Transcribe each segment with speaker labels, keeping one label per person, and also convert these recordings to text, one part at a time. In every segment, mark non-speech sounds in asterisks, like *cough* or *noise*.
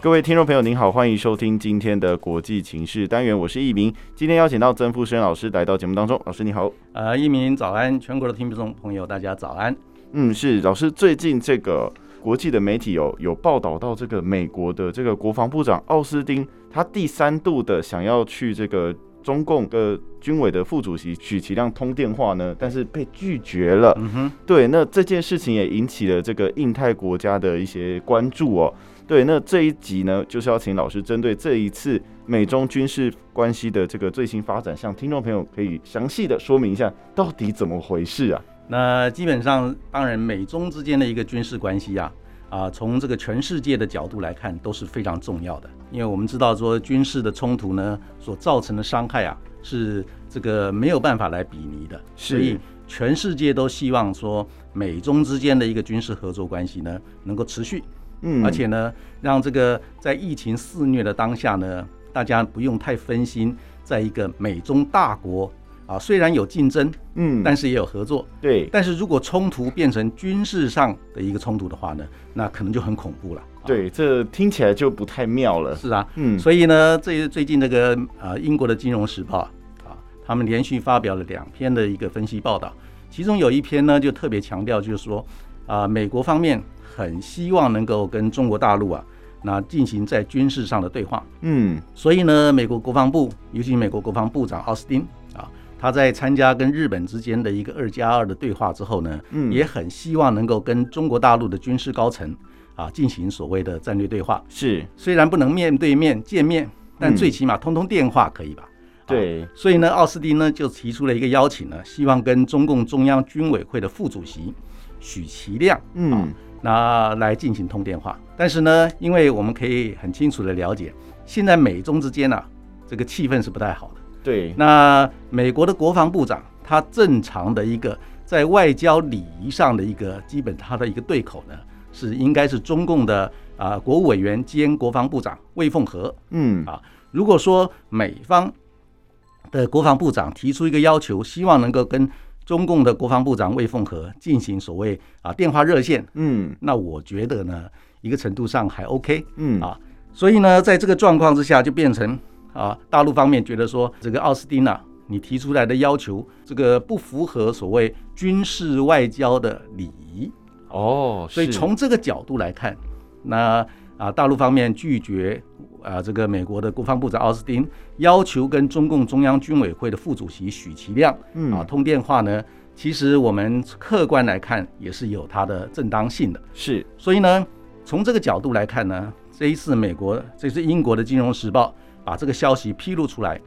Speaker 1: 各位听众朋友，您好，欢迎收听今天的国际情势单元，我是易明。今天邀请到曾富生老师来到节目当中，老师你好。
Speaker 2: 呃，一鸣早安，全国的听众朋友，大家早安。
Speaker 1: 嗯，是老师，最近这个国际的媒体有有报道到这个美国的这个国防部长奥斯汀，他第三度的想要去这个中共的军委的副主席许其亮通电话呢，但是被拒绝了。
Speaker 2: 嗯哼，
Speaker 1: 对，那这件事情也引起了这个印太国家的一些关注哦。对，那这一集呢，就是要请老师针对这一次美中军事关系的这个最新发展，向听众朋友可以详细的说明一下到底怎么回事啊？
Speaker 2: 那基本上，当然美中之间的一个军事关系啊，啊、从这个全世界的角度来看都是非常重要的，因为我们知道说军事的冲突呢所造成的伤害啊，是这个没有办法来比拟的，
Speaker 1: 是
Speaker 2: 所以全世界都希望说美中之间的一个军事合作关系呢能够持续，
Speaker 1: 嗯
Speaker 2: 而且呢，让这个在疫情肆虐的当下呢，大家不用太分心，在一个美中大国啊，虽然有竞争，
Speaker 1: 嗯，
Speaker 2: 但是也有合作。
Speaker 1: 对，
Speaker 2: 但是如果冲突变成军事上的一个冲突的话呢，那可能就很恐怖了。啊，
Speaker 1: 对，这听起来就不太妙了。
Speaker 2: 是啊，
Speaker 1: 嗯，
Speaker 2: 所以呢，最最近这个呃英国的《金融时报》啊，他们连续发表了两篇的一个分析报道，其中有一篇呢就特别强调，就是说啊、美国方面很希望能够跟中国大陆啊那进行在军事上的对话，
Speaker 1: 嗯，
Speaker 2: 所以呢，美国国防部，尤其美国国防部长奥斯汀啊，他在参加跟日本之间的一个二加二的对话之后呢，
Speaker 1: 嗯
Speaker 2: 也很希望能够跟中国大陆的军事高层啊进行所谓的战略对话。
Speaker 1: 是
Speaker 2: 虽然不能面对面见面，但
Speaker 1: 嗯
Speaker 2: 最起码通通电话可以吧？
Speaker 1: 对，
Speaker 2: 所以呢，奥斯汀呢就提出了一个邀请呢，希望跟中共中央军委会的副主席许其亮
Speaker 1: 嗯，
Speaker 2: 那来进行通电话。但是呢，因为我们可以很清楚的了解，现在美中之间呢、这个气氛是不太好的。
Speaker 1: 对，
Speaker 2: 那美国的国防部长他正常的一个在外交礼仪上的一个基本他的一个对口呢，是应该是中共的啊、国务委员兼国防部长魏凤和。
Speaker 1: 嗯，
Speaker 2: 啊，如果说美方的国防部长提出一个要求，希望能够跟中共的国防部长魏凤和进行所谓啊电话热线，
Speaker 1: 嗯，
Speaker 2: 那我觉得呢，一个程度上还 OK
Speaker 1: 嗯，
Speaker 2: 啊。所以呢，在这个状况之下，就变成啊，大陆方面觉得说，这个奥斯汀啊，你提出来的要求，这个不符合所谓军事外交的礼仪。
Speaker 1: 哦，
Speaker 2: 所以
Speaker 1: 是
Speaker 2: 从这个角度来看，那啊，大陆方面拒绝啊，这个美国的国防部长奥斯汀要求跟中共中央军委会的副主席许其亮啊
Speaker 1: 嗯，
Speaker 2: 通电话呢，其实我们客观来看也是有它的正当性的。
Speaker 1: 是，
Speaker 2: 所以呢，从这个角度来看呢，这一次美国，这次英国的《金融时报》把这个消息披露出来，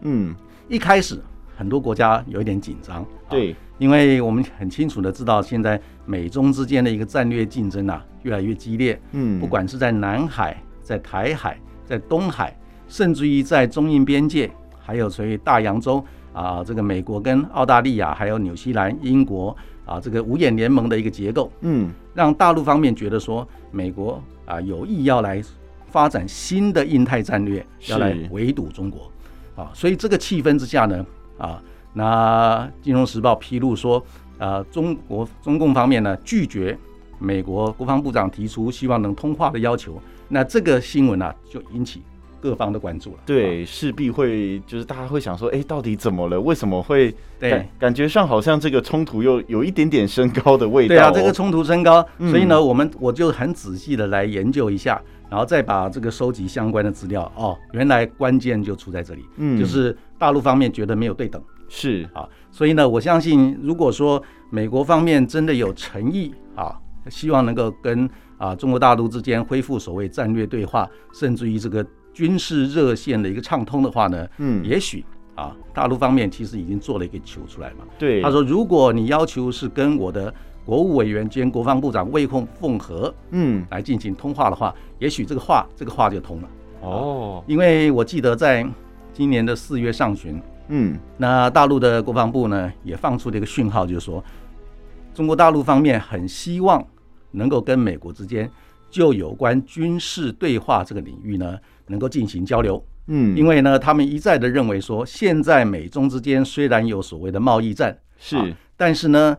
Speaker 1: 嗯，
Speaker 2: 一开始很多国家有一点紧张，啊
Speaker 1: 对，
Speaker 2: 因为我们很清楚的知道，现在美中之间的一个战略竞争啊，越来越激烈。
Speaker 1: 嗯，
Speaker 2: 不，管是在南海、在台海、在东海，甚至于在中印边界，还有所谓大洋洲啊，这个美国跟澳大利亚，还有纽西兰、英国啊，这个五眼联盟的一个结构，
Speaker 1: 嗯，
Speaker 2: 让大陆方面觉得说，美国啊有意要来发展新的印太战略，
Speaker 1: 是
Speaker 2: 要来围堵中国啊，所以这个气氛之下呢，啊，那《金融时报》披露说，啊，中国中共方面呢拒绝美国国防部长提出希望能通话的要求，那这个新闻啊就引起各方的关注了。啊
Speaker 1: 对，势必会就是大家会想说，哎，到底怎么了？为什么会
Speaker 2: 对
Speaker 1: 感。感觉上好像这个冲突又有一点点升高的味道、
Speaker 2: 对
Speaker 1: 哦。
Speaker 2: 啊，这个冲突升高，
Speaker 1: 嗯
Speaker 2: 所以呢，我们我就很仔细的来研究一下，然后再把这个收集相关的资料。哦，原来关键就出在这里，
Speaker 1: 嗯
Speaker 2: 就是大陆方面觉得没有对等
Speaker 1: 是
Speaker 2: 啊，所以呢，我相信如果说美国方面真的有诚意啊，希望能够跟啊中国大陆之间恢复所谓战略对话，甚至于这个军事热线的一个畅通的话呢，
Speaker 1: 嗯
Speaker 2: 也许啊，大陆方面其实已经做了一个球出来嘛。
Speaker 1: 对，
Speaker 2: 他，说，如果你要求是跟我的国务委员兼国防部长魏控凤和
Speaker 1: 嗯，
Speaker 2: 来进行通话的话，也许这个话这个话就通了。
Speaker 1: 哦，
Speaker 2: 因为我记得在今年的四月上旬，
Speaker 1: 嗯
Speaker 2: 那大陆的国防部呢，也放出了一个讯号，就是说，中国大陆方面很希望能够跟美国之间就有关军事对话这个领域呢，能够进行交流。
Speaker 1: 嗯，
Speaker 2: 因
Speaker 1: 为
Speaker 2: 为呢，他们一再的认为说，现在美中之间虽然有所谓的贸易战，
Speaker 1: 是、
Speaker 2: 啊但是呢，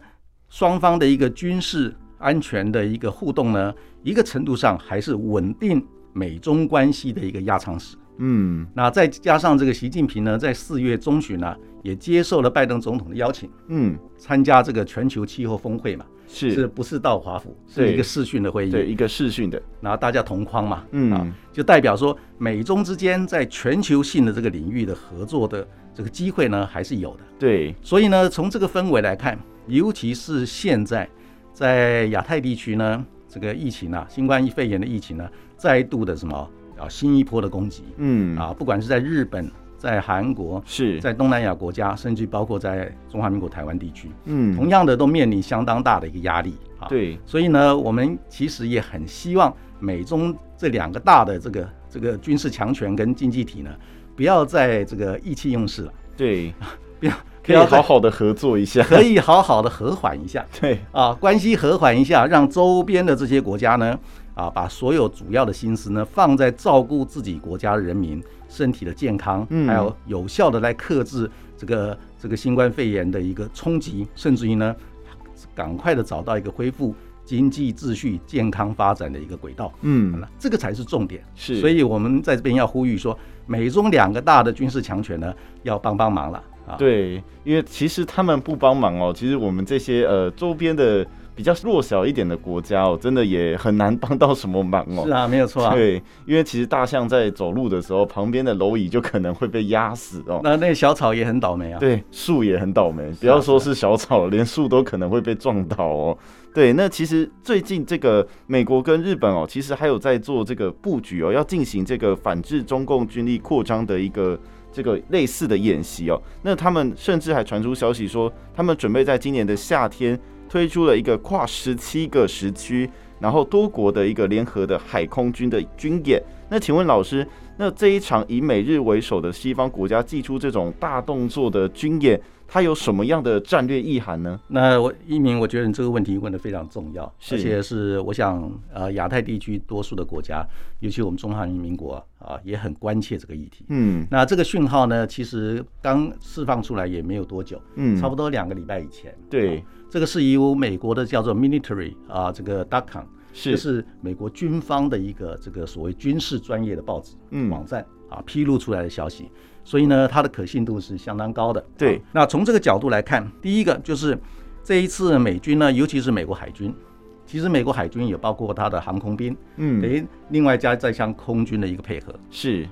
Speaker 2: 双方的一个军事安全的一个互动呢，一个程度上还是稳定美中关系的一个压舱石。
Speaker 1: 嗯
Speaker 2: 那再加上这个习近平呢，在四月中旬呢、也接受了拜登总统的邀请，
Speaker 1: 嗯
Speaker 2: 参加这个全球气候峰会嘛，
Speaker 1: 是
Speaker 2: 是不是到华府？
Speaker 1: 对
Speaker 2: 是一个视讯的会
Speaker 1: 对
Speaker 2: 议，
Speaker 1: 一个视讯的，
Speaker 2: 然后大家同框嘛，
Speaker 1: 嗯、
Speaker 2: 啊，就代表说美中之间在全球性的这个领域的合作的这个机会呢，还是有的。
Speaker 1: 对，
Speaker 2: 所以呢，从这个氛围来看，尤其是现在在亚太地区呢，这个疫情啊，新冠肺炎的疫情呢，再度的什么啊，新一波的攻击
Speaker 1: 嗯
Speaker 2: 啊，不管是在日本、在韩国、
Speaker 1: 是，
Speaker 2: 在东南亚国家，甚至包括在中华民国台湾地区，
Speaker 1: 嗯
Speaker 2: 同样的都面临相当大的一个压力啊。，
Speaker 1: 对，
Speaker 2: 所以呢，我们其实也很希望美中这两个大的这个这个军事强权跟经济体呢，不要再这个意气用事了，
Speaker 1: 对，
Speaker 2: *laughs*
Speaker 1: *laughs* 可
Speaker 2: 不要不
Speaker 1: 以
Speaker 2: 要再
Speaker 1: 好好的合作一下，
Speaker 2: 可以好好的和缓一下
Speaker 1: *laughs* 对，
Speaker 2: 啊，关系和缓一下，让周边的这些国家呢，啊，把所有主要的心思呢放在照顾自己国家人民身体的健康，
Speaker 1: 嗯
Speaker 2: 还有有效的来克制这个这个新冠肺炎的一个冲击，甚至于呢，赶快的找到一个恢复经济秩序、健康发展的一个轨道。
Speaker 1: 嗯
Speaker 2: 这个才是重点，
Speaker 1: 是，
Speaker 2: 所以我们在这边要呼吁说，美中两个大的军事强权呢，要帮帮忙了啊！
Speaker 1: 对，因为其实他们不帮忙哦，其实我们这些呃周边的比较弱小一点的国家哦，真的也很难帮到什么忙哦。
Speaker 2: 是啊，没有错啊。
Speaker 1: 对，因为其实大象在走路的时候，旁边的蝼蚁就可能会被压死哦。
Speaker 2: 那那小草也很倒霉啊。
Speaker 1: 对，树也很倒霉，不要说是啊小草了， *laughs* 连树都可能会被撞倒哦。对，那其实最近这个美国跟日本哦，其实还有在做这个布局哦，要进行这个反制中共军力扩张的一个这个类似的演习哦。那他们甚至还传出消息说，他们准备在今年的夏天推出了一个跨十七个时区，然后多国的一个联合的海空军的军演。那请问老师，那这一场以美日为首的西方国家祭出这种大动作的军演，它有什么样的战略意涵呢？
Speaker 2: 那我一鸣，我觉得你这个问题问得非常重要，
Speaker 1: 是
Speaker 2: 而且是我想，呃，亚太地区多数的国家，尤其我们中华人民国啊，也很关切这个议题。
Speaker 1: 嗯
Speaker 2: 那这个讯号呢，其实刚释放出来也没有多久，
Speaker 1: 嗯，
Speaker 2: 差不
Speaker 1: 多
Speaker 2: 多两个礼拜以前。啊
Speaker 1: 对，
Speaker 2: 这个是由美国的叫做 Military 啊，这个 d o c o m
Speaker 1: 是
Speaker 2: 就是美国军方的一个这个所谓军事专业的报纸、
Speaker 1: 嗯
Speaker 2: 网站啊披露出来的消息，所以呢，它的可信度是相当高的。
Speaker 1: 对
Speaker 2: 啊那从这个角度来看，第一个就是这一次美军呢，尤其是美国海军，其实美国海军也包括它的航空兵，等
Speaker 1: 嗯
Speaker 2: 于另外加再向空军的一个配合。
Speaker 1: 是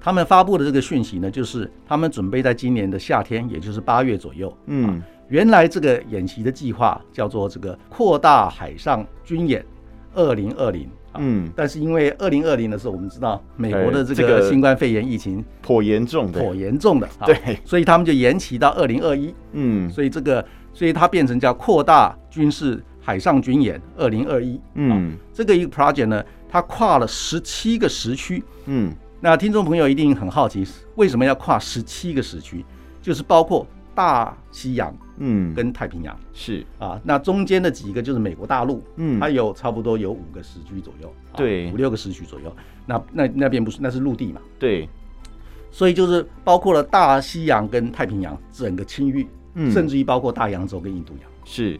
Speaker 2: 他们发布的这个讯息呢，就是他们准备在今年的夏天，也就是八月左右，
Speaker 1: 嗯
Speaker 2: 原来这个演习的计划叫做这个扩大海上军演二零二零。啊
Speaker 1: 嗯，
Speaker 2: 但是因为二零二零的时候，我们知道美国
Speaker 1: 哎
Speaker 2: 的这
Speaker 1: 这个
Speaker 2: 个新冠肺炎疫情
Speaker 1: 颇严重的，
Speaker 2: 颇严重的，啊
Speaker 1: 对，
Speaker 2: 所以他们就延期到二零二一，
Speaker 1: 嗯
Speaker 2: 所以这个，所以它变成叫扩大军事海上军演二零二一，
Speaker 1: 嗯
Speaker 2: 这个一个 project 呢，它跨了十七个时区。
Speaker 1: 嗯
Speaker 2: 那听众朋友一定很好奇，为什么要跨十七个时区？就是包括大西洋
Speaker 1: 嗯，
Speaker 2: 跟太平洋
Speaker 1: 是
Speaker 2: 啊，那中间的几个就是美国大陆，
Speaker 1: 嗯
Speaker 2: 它有差不多有五个时区左右，啊
Speaker 1: 对
Speaker 2: 五六个时区左右。那那那边不是那是陆地嘛，
Speaker 1: 对，
Speaker 2: 所以就是包括了大西洋跟太平洋整个区域，
Speaker 1: 嗯
Speaker 2: 甚至于包括大洋洲跟印度洋，
Speaker 1: 是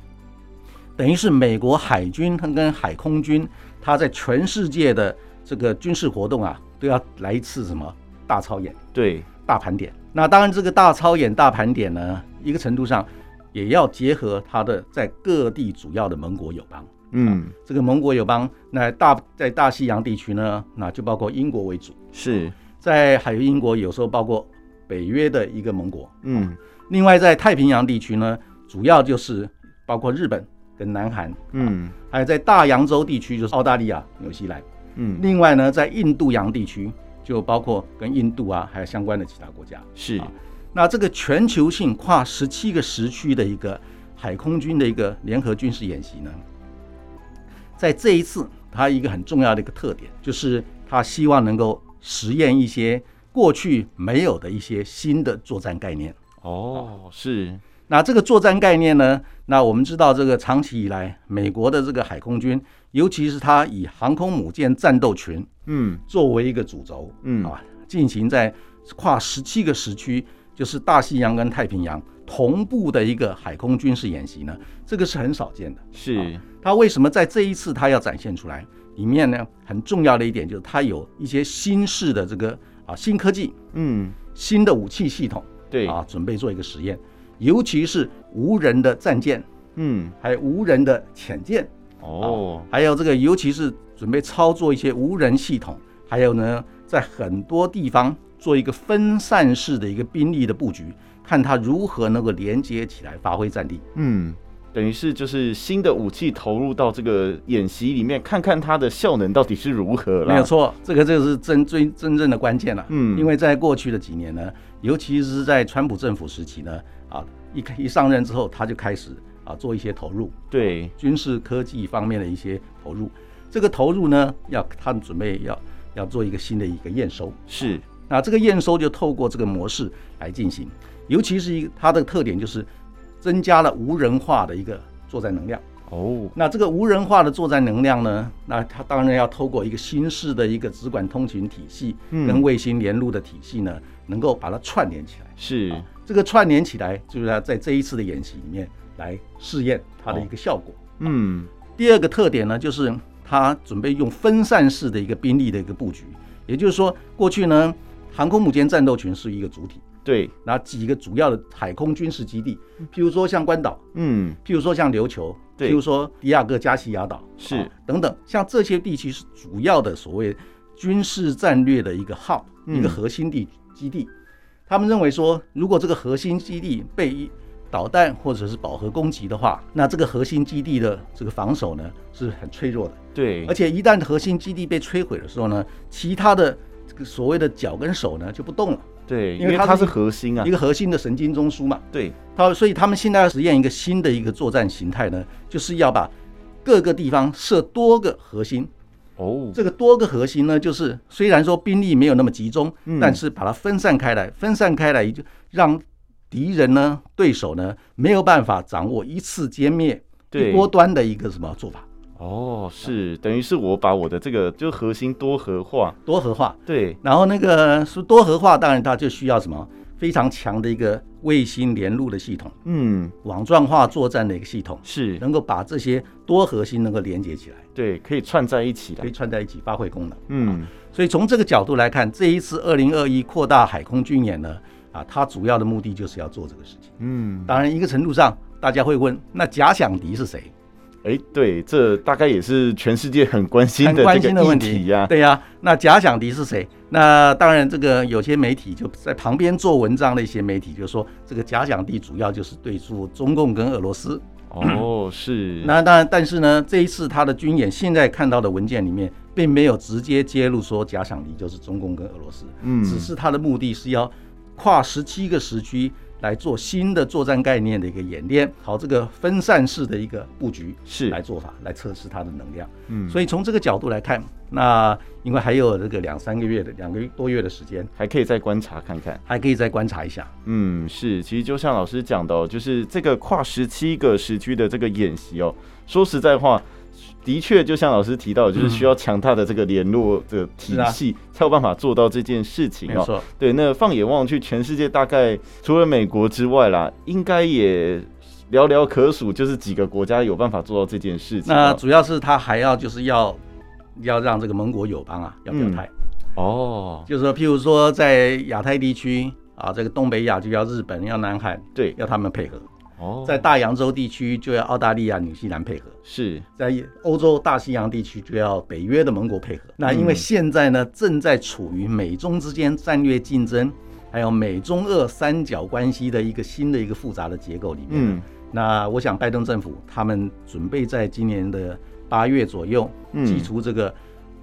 Speaker 2: 等于是美国海军跟海空军，它在全世界的这个军事活动啊，都要来一次什么大操演、
Speaker 1: 对，
Speaker 2: 大盘点。那当然，这个大操演、大盘点呢，一个程度上也要结合它的在各地主要的盟国友邦。
Speaker 1: 嗯
Speaker 2: 这个盟国友邦，那大在大西洋地区呢，那就包括英国为主，
Speaker 1: 是
Speaker 2: 在还有英国有时候包括北约的一个盟国，
Speaker 1: 嗯
Speaker 2: 另外在太平洋地区呢，主要就是包括日本跟南韩，
Speaker 1: 嗯
Speaker 2: 还有在大洋洲地区就是澳大利亚、纽西兰，
Speaker 1: 嗯
Speaker 2: 另外呢在印度洋地区就包括跟印度啊还有相关的其他国家。
Speaker 1: 是
Speaker 2: 啊那这个全球性跨十七个时区的一个海空军的一个联合军事演习呢，在这一次它一个很重要的一个特点，就是它希望能够实验一些过去没有的一些新的作战概念。啊
Speaker 1: 哦，是，
Speaker 2: 那这个作战概念呢？那我们知道，这个长期以来，美国的这个海空军，尤其是它以航空母舰战斗群
Speaker 1: 嗯
Speaker 2: 作为一个主轴，
Speaker 1: 嗯
Speaker 2: 啊，进行在跨十七个时区，就是大西洋跟太平洋同步的一个海空军事演习呢，这个是很少见的。
Speaker 1: 是，
Speaker 2: 它为什么在这一次它要展现出来？里面呢，很重要的一点就是它有一些新式的这个啊新科技、
Speaker 1: 嗯，
Speaker 2: 新的武器系统
Speaker 1: 对，
Speaker 2: 啊，准备做一个实验，尤其是无人的战舰，
Speaker 1: 嗯，
Speaker 2: 还有无人的潜舰，
Speaker 1: 哦，
Speaker 2: 还有这个尤其是准备操作一些无人系统，还有呢，在很多地方做一个分散式的一个兵力的布局，看它如何能够连接起来，发挥战力。
Speaker 1: 嗯，等于是就是新的武器投入到这个演习里面，看看它的效能到底是如何啦。
Speaker 2: 没有，错，这个就是真最真正的关键了。
Speaker 1: 嗯
Speaker 2: 因为在过去的几年呢，尤其是在川普政府时期呢，啊，一开一上任之后，他就开始啊做一些投入，
Speaker 1: 对，
Speaker 2: 军事科技方面的一些投入。这个投入呢，要他们准备要要做一个新的一个验收。
Speaker 1: 是，
Speaker 2: 那这个验收就透过这个模式来进行，尤其是一个它的特点就是增加了无人化的一个作战能量。
Speaker 1: 哦，
Speaker 2: 那这个无人化的作战能量呢？那它当然要透过一个新式的一个直管通勤体系
Speaker 1: 嗯
Speaker 2: 跟卫星联络的体系呢，能够把它串联起来。
Speaker 1: 是，
Speaker 2: 这个串联起来，就是要在这一次的演习里面来试验它的一个效果。
Speaker 1: 嗯，
Speaker 2: 第二个特点呢，就是它准备用分散式的一个兵力的一个布局，也就是说，过去呢，航空母舰战斗群是一个主体，
Speaker 1: 对，
Speaker 2: 那几个主要的海空军事基地，譬如说像关岛，
Speaker 1: 嗯，
Speaker 2: 譬如说像琉球，
Speaker 1: 对
Speaker 2: 譬如说迪亚哥加西亚岛
Speaker 1: 是
Speaker 2: 啊等等，像这些地区是主要的所谓军事战略的一个 hub，、
Speaker 1: 嗯
Speaker 2: 一个核心地基地。他们认为说，如果这个核心基地被一导弹或者是饱和攻击的话，那这个核心基地的这个防守呢是很脆弱的，
Speaker 1: 对
Speaker 2: 而，且一旦核心基地被摧毁的时候呢，其他的这个所谓的脚跟手呢就不动了，
Speaker 1: 对，因
Speaker 2: 因为
Speaker 1: 为
Speaker 2: 它
Speaker 1: 它是
Speaker 2: 是一
Speaker 1: 核心啊
Speaker 2: 一，个核心的神经中枢嘛，
Speaker 1: 对，
Speaker 2: 他所以他们现在要实验一个新的一个作战形态呢，就是要把各个地方设多个核心。
Speaker 1: 哦，
Speaker 2: 这个多个核心呢，就是虽然说兵力没有那么集中，
Speaker 1: 嗯
Speaker 2: 但是把它分散开来，分散开来就让敌人呢、对手呢没有办法掌握一次歼灭
Speaker 1: 对
Speaker 2: 一锅端的一个什么做法，
Speaker 1: 哦，是，等于是我把我的这个就核心多核化，
Speaker 2: 多核化。
Speaker 1: 对，
Speaker 2: 然后那个是多核化，当然它就需要什么非常强的一个卫星联络的系统，
Speaker 1: 嗯，
Speaker 2: 网状化作战的一个系统，
Speaker 1: 是，
Speaker 2: 能够把这些多核心能够连接起来。
Speaker 1: 对，可以串在一起
Speaker 2: 可以
Speaker 1: 的，
Speaker 2: 串在一起发挥功能。
Speaker 1: 嗯，
Speaker 2: 所以从这个角度来看，这一次二零二一扩大海空军演呢，啊，它主要的目的就是要做这个事情。
Speaker 1: 嗯，
Speaker 2: 当然，一个程度上，大家会问，那假想敌是谁？
Speaker 1: 哎，对，这大概也是全世界很关心
Speaker 2: 很
Speaker 1: 的
Speaker 2: 关
Speaker 1: 这
Speaker 2: 心
Speaker 1: 个
Speaker 2: 的
Speaker 1: 议
Speaker 2: 问
Speaker 1: 题
Speaker 2: 题
Speaker 1: 呀、
Speaker 2: 对呀、那假想敌是谁？那当然，这个有些媒体就在旁边做文章的一些媒体就说，这个假想敌主要就是对付中共跟俄罗斯。
Speaker 1: 哦，是，
Speaker 2: 那当然，但是呢，这一次他的军演，现在看到的文件里面，并没有直接揭露说假想敌就是中共跟俄罗斯，
Speaker 1: 嗯
Speaker 2: 只是他的目的是要跨十七个时区来做新的作战概念的一个演练，好这个分散式的一个布局
Speaker 1: 是
Speaker 2: 来做法，来测试它的能量。
Speaker 1: 嗯，
Speaker 2: 所以从这个角度来看，那因为还有这个两三个月的两个多月的时间，
Speaker 1: 还可以再观察看看。
Speaker 2: 还可以再观察一下。
Speaker 1: 嗯，是，其实就像老师讲的、哦，就是这个跨十七个时区的这个演习哦，说实在话。的确，就像老师提到的，就是需要强大的这个联络的体
Speaker 2: 嗯是啊
Speaker 1: 系，才有办法做到这件事情
Speaker 2: 没
Speaker 1: 哦。
Speaker 2: 错，
Speaker 1: 对，那放眼望去，全世界大概除了美国之外啦，应该也寥寥可数，就是几个国家有办法做到这件事情
Speaker 2: 那
Speaker 1: 哦。
Speaker 2: 主要是他还要就是要要让这个盟国友邦啊要表
Speaker 1: 嗯
Speaker 2: 态。
Speaker 1: 哦，
Speaker 2: 就是说，譬如说在亚太地区啊，这个东北亚就要日本、要南韩，
Speaker 1: 对，
Speaker 2: 要他们配合；
Speaker 1: 哦，
Speaker 2: 在大洋洲地区就要澳大利亚、纽西兰配合；
Speaker 1: 是，
Speaker 2: 在欧洲大西洋地区就要北约的盟国配合。那因为现在呢，正在处于美中之间战略竞争，还有美中俄三角关系的一个新的一个复杂的结构里面。
Speaker 1: 嗯，
Speaker 2: 那我想，拜登政府他们准备在今年的八月左右
Speaker 1: 嗯
Speaker 2: 祭出这个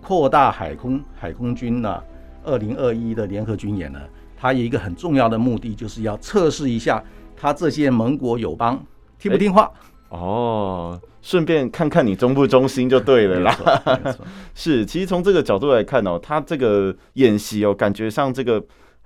Speaker 2: 扩大海空海空军呢二零二一的联合军演呢，它有一个很
Speaker 1: 哎
Speaker 2: 重要的目的，就是要测试一下它这些盟国友邦听不听话。
Speaker 1: 哦，顺便看看你忠不忠心就对了
Speaker 2: 没 *laughs*
Speaker 1: 啦。
Speaker 2: 错，没错，
Speaker 1: 是，其实从这个角度来看哦，他这个演习哦，感觉上这个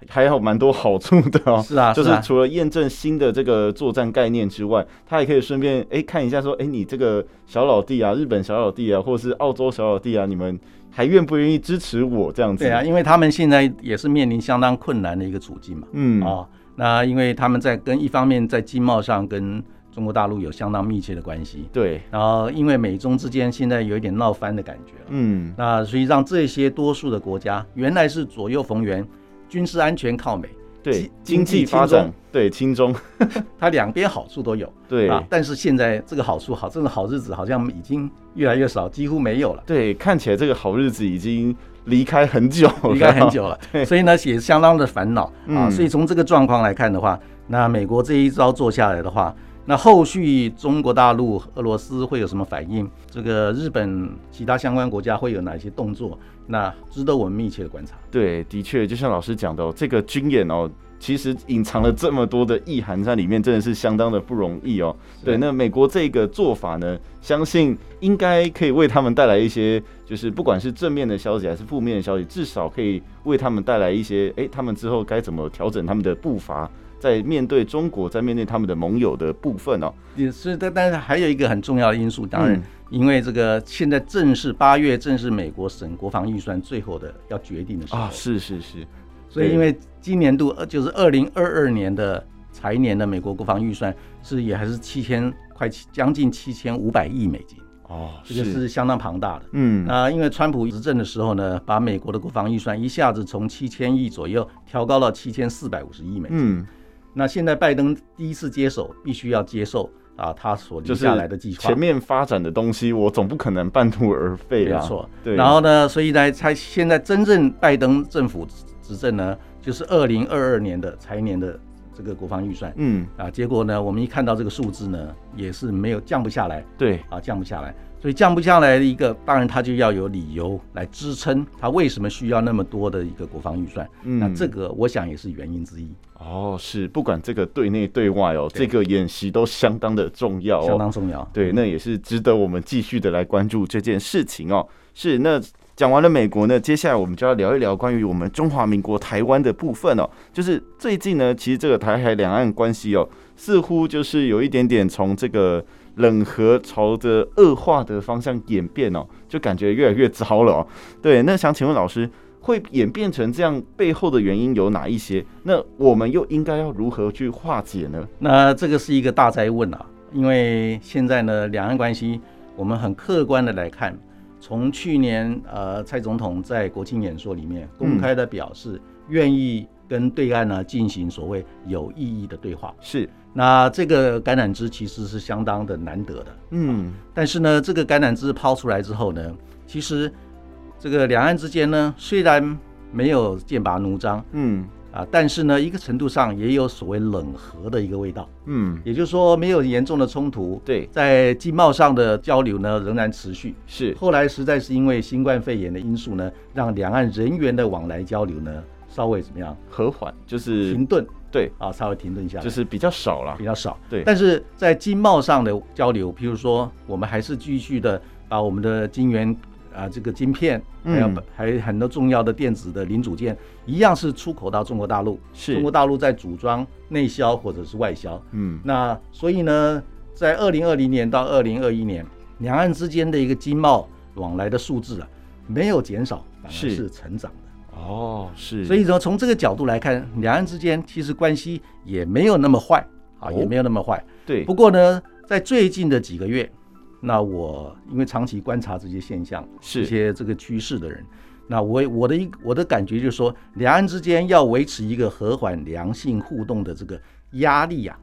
Speaker 1: 还有蛮多好处的哦。
Speaker 2: 是 *laughs* 啊，
Speaker 1: 就是是
Speaker 2: 啊，
Speaker 1: 除了验证新的这个作战概念之外，他也可以顺便哎、看一下说，哎、你这个小老弟啊，日本小老弟啊，或是澳洲小老弟啊，你们还愿不愿意支持我这样子？
Speaker 2: 对啊，，因为他们现在也是面临相当困难的一个处境嘛。
Speaker 1: 嗯，
Speaker 2: 哦，那因为他们在跟一方面在经贸上跟中国大陆有相当密切的关系，
Speaker 1: 对，
Speaker 2: 然后因为美中之间现在有一点闹翻的感觉了，
Speaker 1: 嗯，
Speaker 2: 那所以让这些多数的国家原来是左右逢源，军事安全靠美，
Speaker 1: 对
Speaker 2: 经，
Speaker 1: 经
Speaker 2: 经济
Speaker 1: 济发
Speaker 2: 轻中
Speaker 1: 展，对，轻中，
Speaker 2: 它两边好处都有
Speaker 1: 对，
Speaker 2: 啊。但是现在这个好处好，这种好日子好像已经越来越少，几乎没有了。
Speaker 1: 对，看起来这个好日子已经离开很久
Speaker 2: *laughs*
Speaker 1: 了，
Speaker 2: 离开很久了，所以呢也相当的烦恼啊。
Speaker 1: 嗯
Speaker 2: 所以从这个状况来看的话，那美国这一招做下来的话，那后续中国大陆、俄罗斯会有什么反应？这个日本其他相关国家会有哪些动作？那值得我们密切的观察。
Speaker 1: *laughs* 对，的确，就像老师讲的、哦，这个军演哦，其实隐藏了这么多的意涵在里面，真的是相当的不容易哦。对，那美国这个做法呢，相信应该可以为他们带来一些，就是不管是正面的消息还是负面的消息，至少可以为他们带来一些，诶，他们之后该怎么调整他们的步伐，在面对中国，在面对他们的盟友的部分哦。
Speaker 2: 也是，但但是还有一个很重要的因素，当然
Speaker 1: 嗯，
Speaker 2: 因为这个现在正是八月，正是美国省国防预算最后的要决定的时候
Speaker 1: 啊，，是是是，
Speaker 2: 所以因为今年度呃就是二零二二年的财年的美国国防预算是也还是七千快七将近七千五百亿美金，
Speaker 1: 哦，
Speaker 2: 这个是相当庞大的。
Speaker 1: 嗯，
Speaker 2: 那因为川普执政的时候呢，把美国的国防预算一下子从七千亿左右调高到七千四百五十亿美金。
Speaker 1: 嗯，
Speaker 2: 那现在拜登第一次接手，必须要接受啊他所
Speaker 1: 就
Speaker 2: 留
Speaker 1: 是
Speaker 2: 下来的计划。
Speaker 1: 前面发展的东西，我总不可能半途而废
Speaker 2: 没
Speaker 1: 啊。
Speaker 2: 错，
Speaker 1: 对。
Speaker 2: 然后呢，所以呢，才现在真正拜登政府执政呢，就是二零二二年的财年的这个国防预算。
Speaker 1: 嗯，
Speaker 2: 啊，结果呢，我们一看到这个数字呢，也是没有降不下来
Speaker 1: 对，
Speaker 2: 啊，降不下来。所以降不下来的一个，当然他就要有理由来支撑他为什么需要那么多的一个国防预算。
Speaker 1: 嗯
Speaker 2: 那这个我想也是原因之一，
Speaker 1: 哦，是不管这个对内对外哦，这
Speaker 2: 对
Speaker 1: 个演习都相当的重要
Speaker 2: 相
Speaker 1: 哦。
Speaker 2: 当重要。
Speaker 1: 对，那也是值得我们继续的来关注这件事情哦。是，那讲完了美国呢，接下来我们就要聊一聊关于我们中华民国台湾的部分哦。就是最近呢，其实这个台海两岸关系哦，似乎就是有一点点从这个冷和朝着恶化的方向演变哦，就感觉越来越糟了哦。对，那想请问老师，会演变成这样背后的原因有哪一些？那我们又应该要如何去化解呢？
Speaker 2: 那这个是一个大灾问啊，因为现在呢，两岸关系我们很客观的来看，从去年呃蔡总统在国庆演说里
Speaker 1: 嗯
Speaker 2: 面公开的表示，愿意跟对岸呢进行所谓有意义的对话。
Speaker 1: 是，
Speaker 2: 那这个橄榄枝其实是相当的难得的，
Speaker 1: 嗯，
Speaker 2: 但是呢，这个橄榄枝抛出来之后呢，其实这个两岸之间呢，虽然没有剑拔弩张
Speaker 1: 嗯，
Speaker 2: 啊，但是呢，一个程度上也有所谓冷和的一个味道。
Speaker 1: 嗯，
Speaker 2: 也就是说没有严重的冲突，
Speaker 1: 对，
Speaker 2: 在经贸上的交流呢仍然持续。
Speaker 1: 是，
Speaker 2: 后来实在是因为新冠肺炎的因素呢，让两岸人员的往来交流呢稍微怎么样
Speaker 1: 和缓就是
Speaker 2: 停顿
Speaker 1: 对，
Speaker 2: 啊，稍微停顿下来，
Speaker 1: 就是比较少啦
Speaker 2: 比。较少。
Speaker 1: 对
Speaker 2: 但是在经贸上的交流，譬如说我们还是继续的把我们的晶圆。啊，这个晶片，还有、
Speaker 1: 嗯
Speaker 2: 还有很多重要的电子的零组件，一样是出口到中国大陆，
Speaker 1: 是
Speaker 2: 中国大陆在组装内销或者是外销，
Speaker 1: 嗯，
Speaker 2: 那所以呢，在二零二零年到二零二一年，两岸之间的一个经贸往来的数字啊，没有减少，反而
Speaker 1: 是
Speaker 2: 是成长的。
Speaker 1: 哦，是，
Speaker 2: 所以说，从这个角度来看，两岸之间其实关系也没有那么坏啊，
Speaker 1: 哦
Speaker 2: 也没有那么坏。
Speaker 1: 对
Speaker 2: 不，过呢，在最近的几个月，那我因为长期观察这些现象，一
Speaker 1: 是，
Speaker 2: 些这个趋势的人。那我我的一我的感觉就是说，两岸之间要维持一个和缓良性互动的这个压力啊，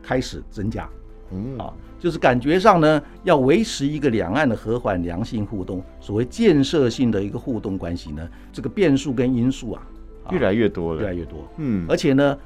Speaker 2: 开始增加
Speaker 1: 嗯，
Speaker 2: 啊，就是感觉上呢，要维持一个两岸的和缓良性互动，所谓建设性的一个互动关系呢，这个变数跟因素啊啊
Speaker 1: 越来越多了，
Speaker 2: 越来越多，
Speaker 1: 嗯，
Speaker 2: 而且呢，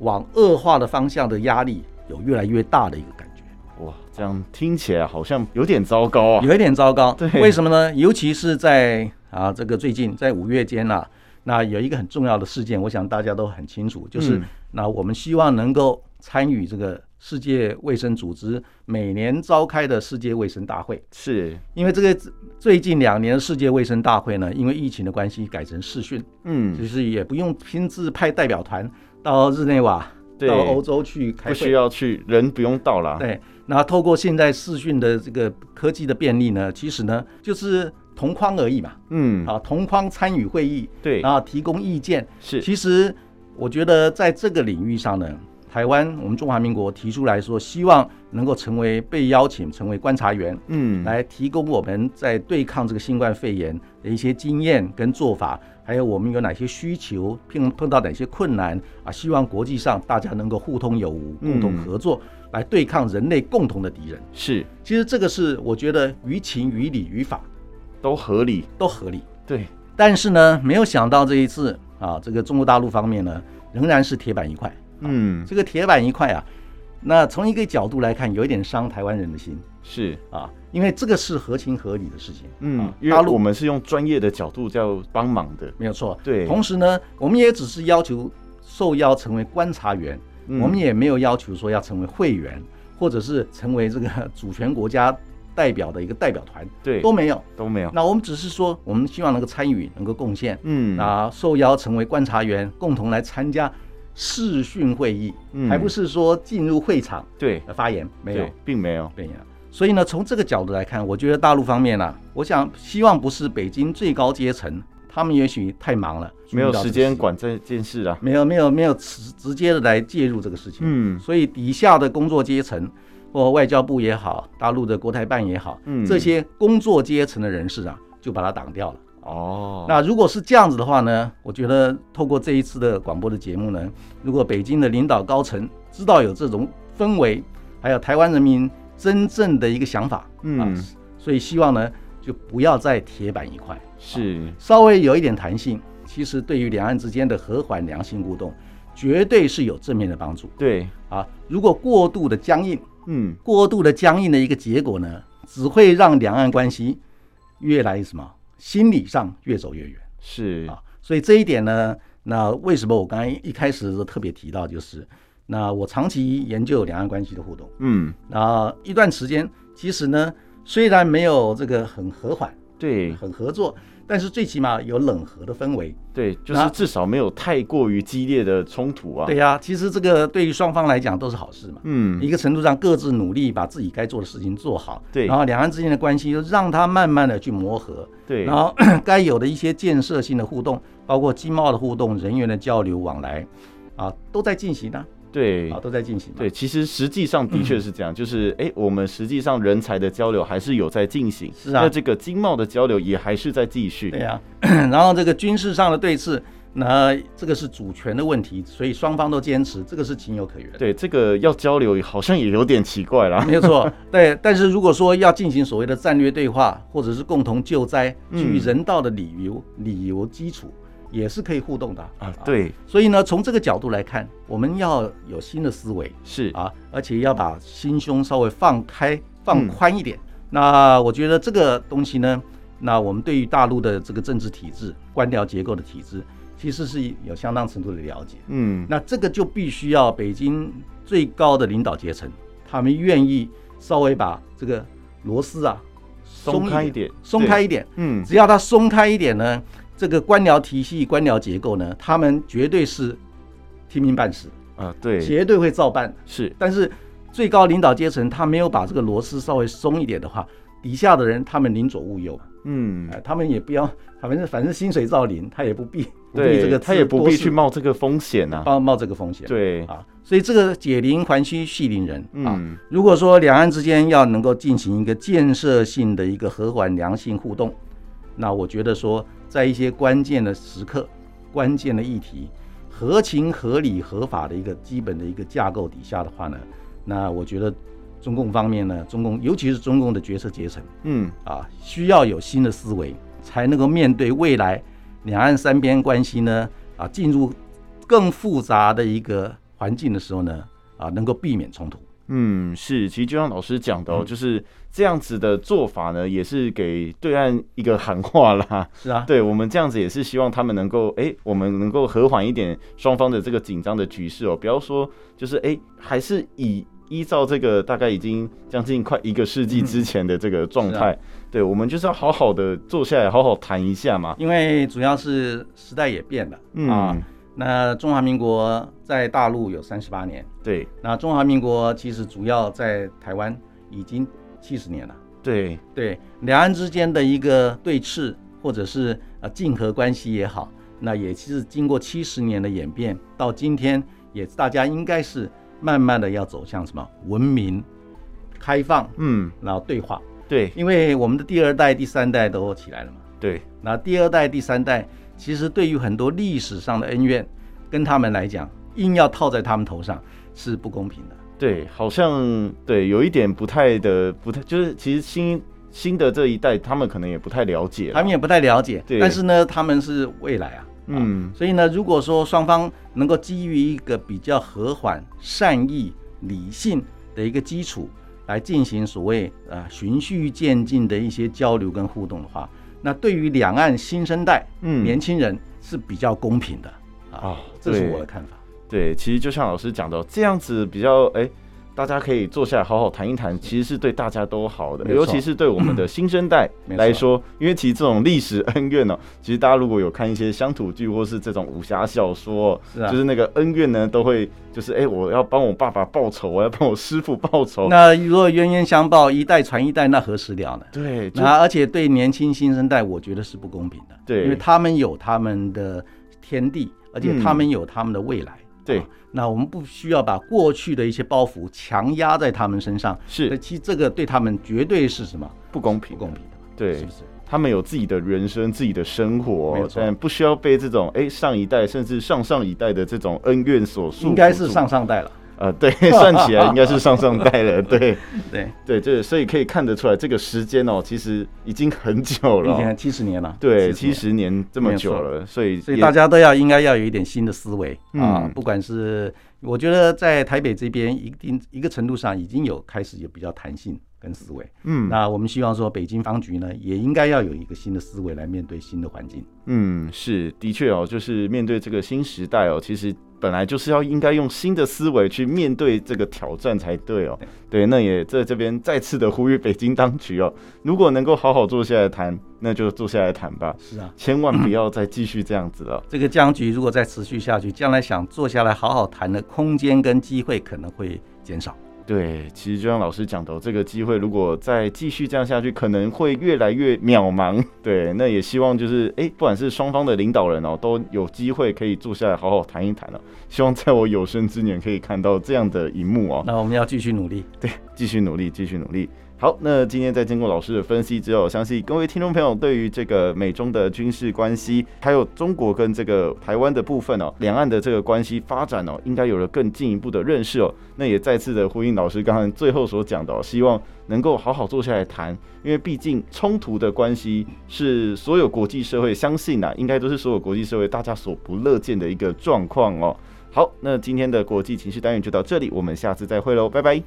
Speaker 2: 往恶化的方向的压力有越来越大的一个感觉。
Speaker 1: 哇，这样听起来好像有点糟糕啊。
Speaker 2: 有一点糟糕。
Speaker 1: 对
Speaker 2: 为什么呢？尤其是在啊，这个最近在五月间啊，那有一个很重要的事件，我想大家都很清楚，就是、
Speaker 1: 嗯
Speaker 2: 那我们希望能够参与这个世界卫生组织每年召开的世界卫生大会。
Speaker 1: 是，
Speaker 2: 因为这个最近两年的世界卫生大会呢，因为疫情的关系改成视讯，
Speaker 1: 嗯，
Speaker 2: 就是也不用亲自派代表团到日内瓦、
Speaker 1: 对
Speaker 2: 到欧洲去开
Speaker 1: 不
Speaker 2: 会，
Speaker 1: 需要去，人不用到啦。
Speaker 2: 对，那透过现在视讯的这个科技的便利呢，其实呢就是同框而已嘛，
Speaker 1: 嗯，
Speaker 2: 啊，同框参与会议，
Speaker 1: 对，
Speaker 2: 然后提供意见。
Speaker 1: 是，
Speaker 2: 其实我觉得在这个领域上呢，台湾我们中华民国提出来说，希望能够成为被邀请成为观察员，
Speaker 1: 嗯，
Speaker 2: 来提供我们在对抗这个新冠肺炎的一些经验跟做法，还有我们有哪些需求，碰碰到哪些困难啊？希望国际上大家能够互通有无，
Speaker 1: 嗯
Speaker 2: 共同合作，来对抗人类共同的敌人。
Speaker 1: 是，
Speaker 2: 其实这个是我觉得于情于理于法
Speaker 1: 都合理。
Speaker 2: 都合理，
Speaker 1: 对，
Speaker 2: 但是呢，没有想到这一次啊，这个中国大陆方面呢，仍然是铁板一块。
Speaker 1: 嗯，
Speaker 2: 这个铁板一块啊，那从一个角度来看，有一点伤台湾人的心
Speaker 1: 是，
Speaker 2: 啊，因为这个是合情合理的事情。
Speaker 1: 嗯
Speaker 2: 啊，
Speaker 1: 因
Speaker 2: 大
Speaker 1: 为
Speaker 2: 陆
Speaker 1: 我们是用专业的角度在帮忙的。
Speaker 2: 没有错。
Speaker 1: 对
Speaker 2: 同时呢，我们也只是要求受邀成为观察员，
Speaker 1: 嗯
Speaker 2: 我们也没有要求说要成为会员，或者是成为这个主权国家代表的一个代表团，
Speaker 1: 对，嗯
Speaker 2: 都没有。
Speaker 1: 都没有。
Speaker 2: 那我们只是说，我们希望能够参与，能够贡献。
Speaker 1: 嗯，
Speaker 2: 那受邀成为观察员，共同来参加视讯会议，
Speaker 1: 嗯
Speaker 2: 还不是说进入会场
Speaker 1: 对，
Speaker 2: 呃发言，没有
Speaker 1: 对，并没有。
Speaker 2: 对呀、所以呢，从这个角度来看，我觉得大陆方面呢、啊我想希望不是北京最高阶层，他们也许太忙了，
Speaker 1: 没有
Speaker 2: 注意到这
Speaker 1: 时
Speaker 2: 个
Speaker 1: 间
Speaker 2: 情，
Speaker 1: 管这件事啊。
Speaker 2: 没有没有没有直直接的来介入这个事情。
Speaker 1: 嗯，
Speaker 2: 所以底下的工作阶层，或外交部也好，大陆的国台办也好，
Speaker 1: 嗯
Speaker 2: 这些工作阶层的人士啊，就把它挡掉了。
Speaker 1: 哦，
Speaker 2: 那如果是这样子的话呢，我觉得透过这一次的广播的节目呢，如果北京的领导高层知道有这种氛围，还有台湾人民真正的一个想法，
Speaker 1: 嗯
Speaker 2: 啊，所以希望呢就不要再铁板一块，
Speaker 1: 是，
Speaker 2: 稍微有一点弹性，其实对于两岸之间的和缓良性互动，绝对是有正面的帮助
Speaker 1: 对，
Speaker 2: 啊。如果过度的僵硬，
Speaker 1: 嗯，
Speaker 2: 过度的僵硬的一个结果呢，只会让两岸关系越来什么心理上越走越远。
Speaker 1: 是，
Speaker 2: 啊，所以这一点呢，那为什么我刚才一开始都特别提到，就是那我长期研究两岸关系的互动，
Speaker 1: 嗯，
Speaker 2: 那一段时间，其实呢，虽然没有这个很和缓、
Speaker 1: 对，
Speaker 2: 很合作，但是最起码有冷和的氛围。
Speaker 1: 对，就是
Speaker 2: 那
Speaker 1: 至少没有太过于激烈的冲突啊。
Speaker 2: 对，呀、其实这个对于双方来讲都是好事嘛。
Speaker 1: 嗯，
Speaker 2: 一个程度上，各自努力把自己该做的事情做好，
Speaker 1: 对
Speaker 2: 然后两岸之间的关系就让它慢慢的去磨合，
Speaker 1: 对
Speaker 2: 然，后 *clears throat* 该有的一些建设性的互动，包括经贸的互动、人员的交流往来，啊，都在进行呢、
Speaker 1: 对
Speaker 2: 啊，，都在进行嘛。
Speaker 1: 对，其实实际上的确是这样，
Speaker 2: 嗯
Speaker 1: 就是哎、诶我们实际上人才的交流还是有在进行，
Speaker 2: 是啊
Speaker 1: 那这个经贸的交流也还是在继续，
Speaker 2: 对啊呀、然后这个军事上的对峙，那这个是主权的问题，所以双方都坚持，这个是情有可原。，
Speaker 1: 对这个要交流好像也有点奇怪啦，
Speaker 2: *laughs* 没有错。对，但是如果说要进行所谓的战略对话，或者是共同救灾，
Speaker 1: 嗯
Speaker 2: 基于人道的理由、理由基础，也是可以互动的
Speaker 1: 啊，。对，
Speaker 2: 所以呢，从这个角度来看，我们要有新的思维，
Speaker 1: 是，
Speaker 2: 啊，而且要把心胸稍微放
Speaker 1: 嗯
Speaker 2: 开、放宽一点。那我觉得这个东西呢，那我们对于大陆的这个政治体制、官僚结构的体制，其实是有相当程度的了解。
Speaker 1: 嗯，
Speaker 2: 那这个就必须要北京最高的领导阶层，他们愿意稍微把这个螺丝啊
Speaker 1: 松开一点，
Speaker 2: 松
Speaker 1: 对
Speaker 2: 开，一点。
Speaker 1: 嗯，
Speaker 2: 只要它松开一点呢，这个官僚体系、官僚结构呢，他们绝对是听命办事，
Speaker 1: 啊，对，
Speaker 2: 绝对会照办。
Speaker 1: 是，
Speaker 2: 但是最高领导阶层他没有把这个螺丝稍微松一点的话，底下的人他们宁左勿右，
Speaker 1: 嗯
Speaker 2: 哎、。他们也不要，反正反正薪水照领，他也不必不必这
Speaker 1: 对，
Speaker 2: 个
Speaker 1: 他也不
Speaker 2: 多
Speaker 1: 必
Speaker 2: 事
Speaker 1: 去冒这个风险呐、啊。
Speaker 2: 冒冒这个风险，
Speaker 1: 对，
Speaker 2: 啊，所以这个解铃还须系铃人啊。
Speaker 1: 嗯，
Speaker 2: 如果说两岸之间要能够进行一个建设性的一个和缓良性互动，那我觉得说在一些关键的时刻、关键的议题，合情合理合法的一个基本的一个架构底下的话呢，那我觉得中共方面呢，中共尤其是中共的决策阶层
Speaker 1: 嗯，
Speaker 2: 啊，需要有新的思维，才能够面对未来两岸三边关系呢啊进入更复杂的一个环境的时候呢啊，能够避免冲突。
Speaker 1: 嗯，是，其实就像老师讲的
Speaker 2: 嗯
Speaker 1: 哦，就是这样子的做法呢，也是给对岸一个喊话啦。 *laughs*
Speaker 2: 是啊，
Speaker 1: 对我们这样子也是希望他们能够，哎、我们能够和缓一点双方的这个紧张的局势哦，不要说就是哎、还是以依照这个大概已经将近快一个世纪之前的这个状态，
Speaker 2: 啊
Speaker 1: 对我们就是要好好的坐下来，好好谈一下嘛。
Speaker 2: 因为主要是时代也变了、
Speaker 1: 嗯，
Speaker 2: 啊。那中华民国在大陆有三十八年，
Speaker 1: 对
Speaker 2: 那中华民国其实主要在台湾已经七十年了。
Speaker 1: 对，
Speaker 2: 对，两岸之间的一个对峙，或者是呃竞合关系也好，那也是经过七十年的演变，到今天也大家应该是慢慢的要走向什么文明、开放，
Speaker 1: 嗯，
Speaker 2: 然后对话，
Speaker 1: 对
Speaker 2: 因为我们的第二代、第三代都起来了嘛。
Speaker 1: 对，
Speaker 2: 那第二代、第三代，其实对于很多历史上的恩怨，跟他们来讲，硬要套在他们头上是不公平的。
Speaker 1: 对，好像对有一点不太的，不太就是其实新新的这一代，他们可能也不太了解啦。
Speaker 2: 他们也不太了解
Speaker 1: 对，
Speaker 2: 但是呢，他们是未来啊，
Speaker 1: 嗯
Speaker 2: 所以呢，如果说双方能够基于一个比较和缓、善意、理性的一个基础来进行所谓呃循序渐进的一些交流跟互动的话，那对于两岸新生代、
Speaker 1: 嗯
Speaker 2: 年轻人是比较公平的啊，
Speaker 1: 啊，
Speaker 2: 这是
Speaker 1: 对
Speaker 2: 我的看法。
Speaker 1: 对，其实就像老师讲的哦，这样子比较哎。大家可以坐下来好好谈一谈，其实是对大家都好的，
Speaker 2: 没错
Speaker 1: 尤其是对我们的新生代
Speaker 2: 没错
Speaker 1: 来说，因为其实这种历史恩怨呢、哦其实大家如果有看一些乡土剧或是这种武侠小说哦、
Speaker 2: 是啊
Speaker 1: 就是那个恩怨呢，都会就是哎、我要帮我爸爸报仇，我要帮我师傅报仇，
Speaker 2: 那如果冤冤相报，一代传一代，那何时了呢？
Speaker 1: 对，就
Speaker 2: 那而且对年轻新生代，我觉得是不公平的。
Speaker 1: 对
Speaker 2: 因为他们有他们的天地，而且他们有他们的未来。
Speaker 1: 嗯对
Speaker 2: 啊那我们不需要把过去的一些包袱强压在他们身上。
Speaker 1: 是
Speaker 2: 其实这个对他们绝对是什么
Speaker 1: 不公
Speaker 2: 不
Speaker 1: 平，
Speaker 2: 公平的嘛，
Speaker 1: 对
Speaker 2: 是不是？
Speaker 1: 他们有自己的人生、自己的生
Speaker 2: 没
Speaker 1: 活
Speaker 2: 错，
Speaker 1: 但不需要被这种哎、上一代甚至上上一代的这种恩怨所束缚住。
Speaker 2: 应该是上
Speaker 1: *laughs*
Speaker 2: 上代了。
Speaker 1: 呃，
Speaker 2: *laughs*
Speaker 1: 对，算起来应该是上上代了。对
Speaker 2: 对，
Speaker 1: 对，这所以可以看得出来，这个时间哦，其实已经很久了
Speaker 2: 已经
Speaker 1: 哦。
Speaker 2: 七十年了。
Speaker 1: 对，
Speaker 2: 70年
Speaker 1: 七十年这么久
Speaker 2: 没
Speaker 1: 了，所以
Speaker 2: 所以
Speaker 1: 也
Speaker 2: 大家都要应该要有一点新的思维、啊
Speaker 1: 嗯，
Speaker 2: 不管是我觉得在台北这边一定一个程度上已经有开始有比较弹性跟思维，
Speaker 1: 嗯
Speaker 2: 那我们希望说北京当局呢也应该要有一个新的思维来面对新的环境，
Speaker 1: 嗯，是的确哦，就是面对这个新时代哦，其实本来就是要应该用新的思维去面对这个挑战才对哦。对，那也在这边再次的呼吁北京当局哦，如果能够好好坐下来谈，那就坐下来谈吧，
Speaker 2: 是啊。
Speaker 1: 千万不要再继续这样子了。
Speaker 2: 这个僵局如果再持续下去，将来想坐下来好好谈的空间跟机会可能会减少。
Speaker 1: 对，其实就像老师讲的哦，这个机会如果再继续这样下去，可能会越来越渺茫。 *laughs* 对，那也希望就是，哎，不管是双方的领导人哦，都有机会可以坐下来好好谈一谈哦。希望在我有生之年可以看到这样的一幕哦。
Speaker 2: 那我们要继续努力。
Speaker 1: 继续努力，继续努力。好，那今天在经过老师的分析之后，相信各位听众朋友对于这个美中的军事关系，还有中国跟这个台湾的部分哦，两岸的这个关系发展哦，应该有了更进一步的认识哦。那也再次的呼应老师刚才最后所讲的、哦，希望能够好好坐下来谈，因为毕竟冲突的关系是所有国际社会相信啊，应该都是所有国际社会大家所不乐见的一个状况哦。好，那今天的国际情势单元就到这里，我们下次再会喽，拜拜。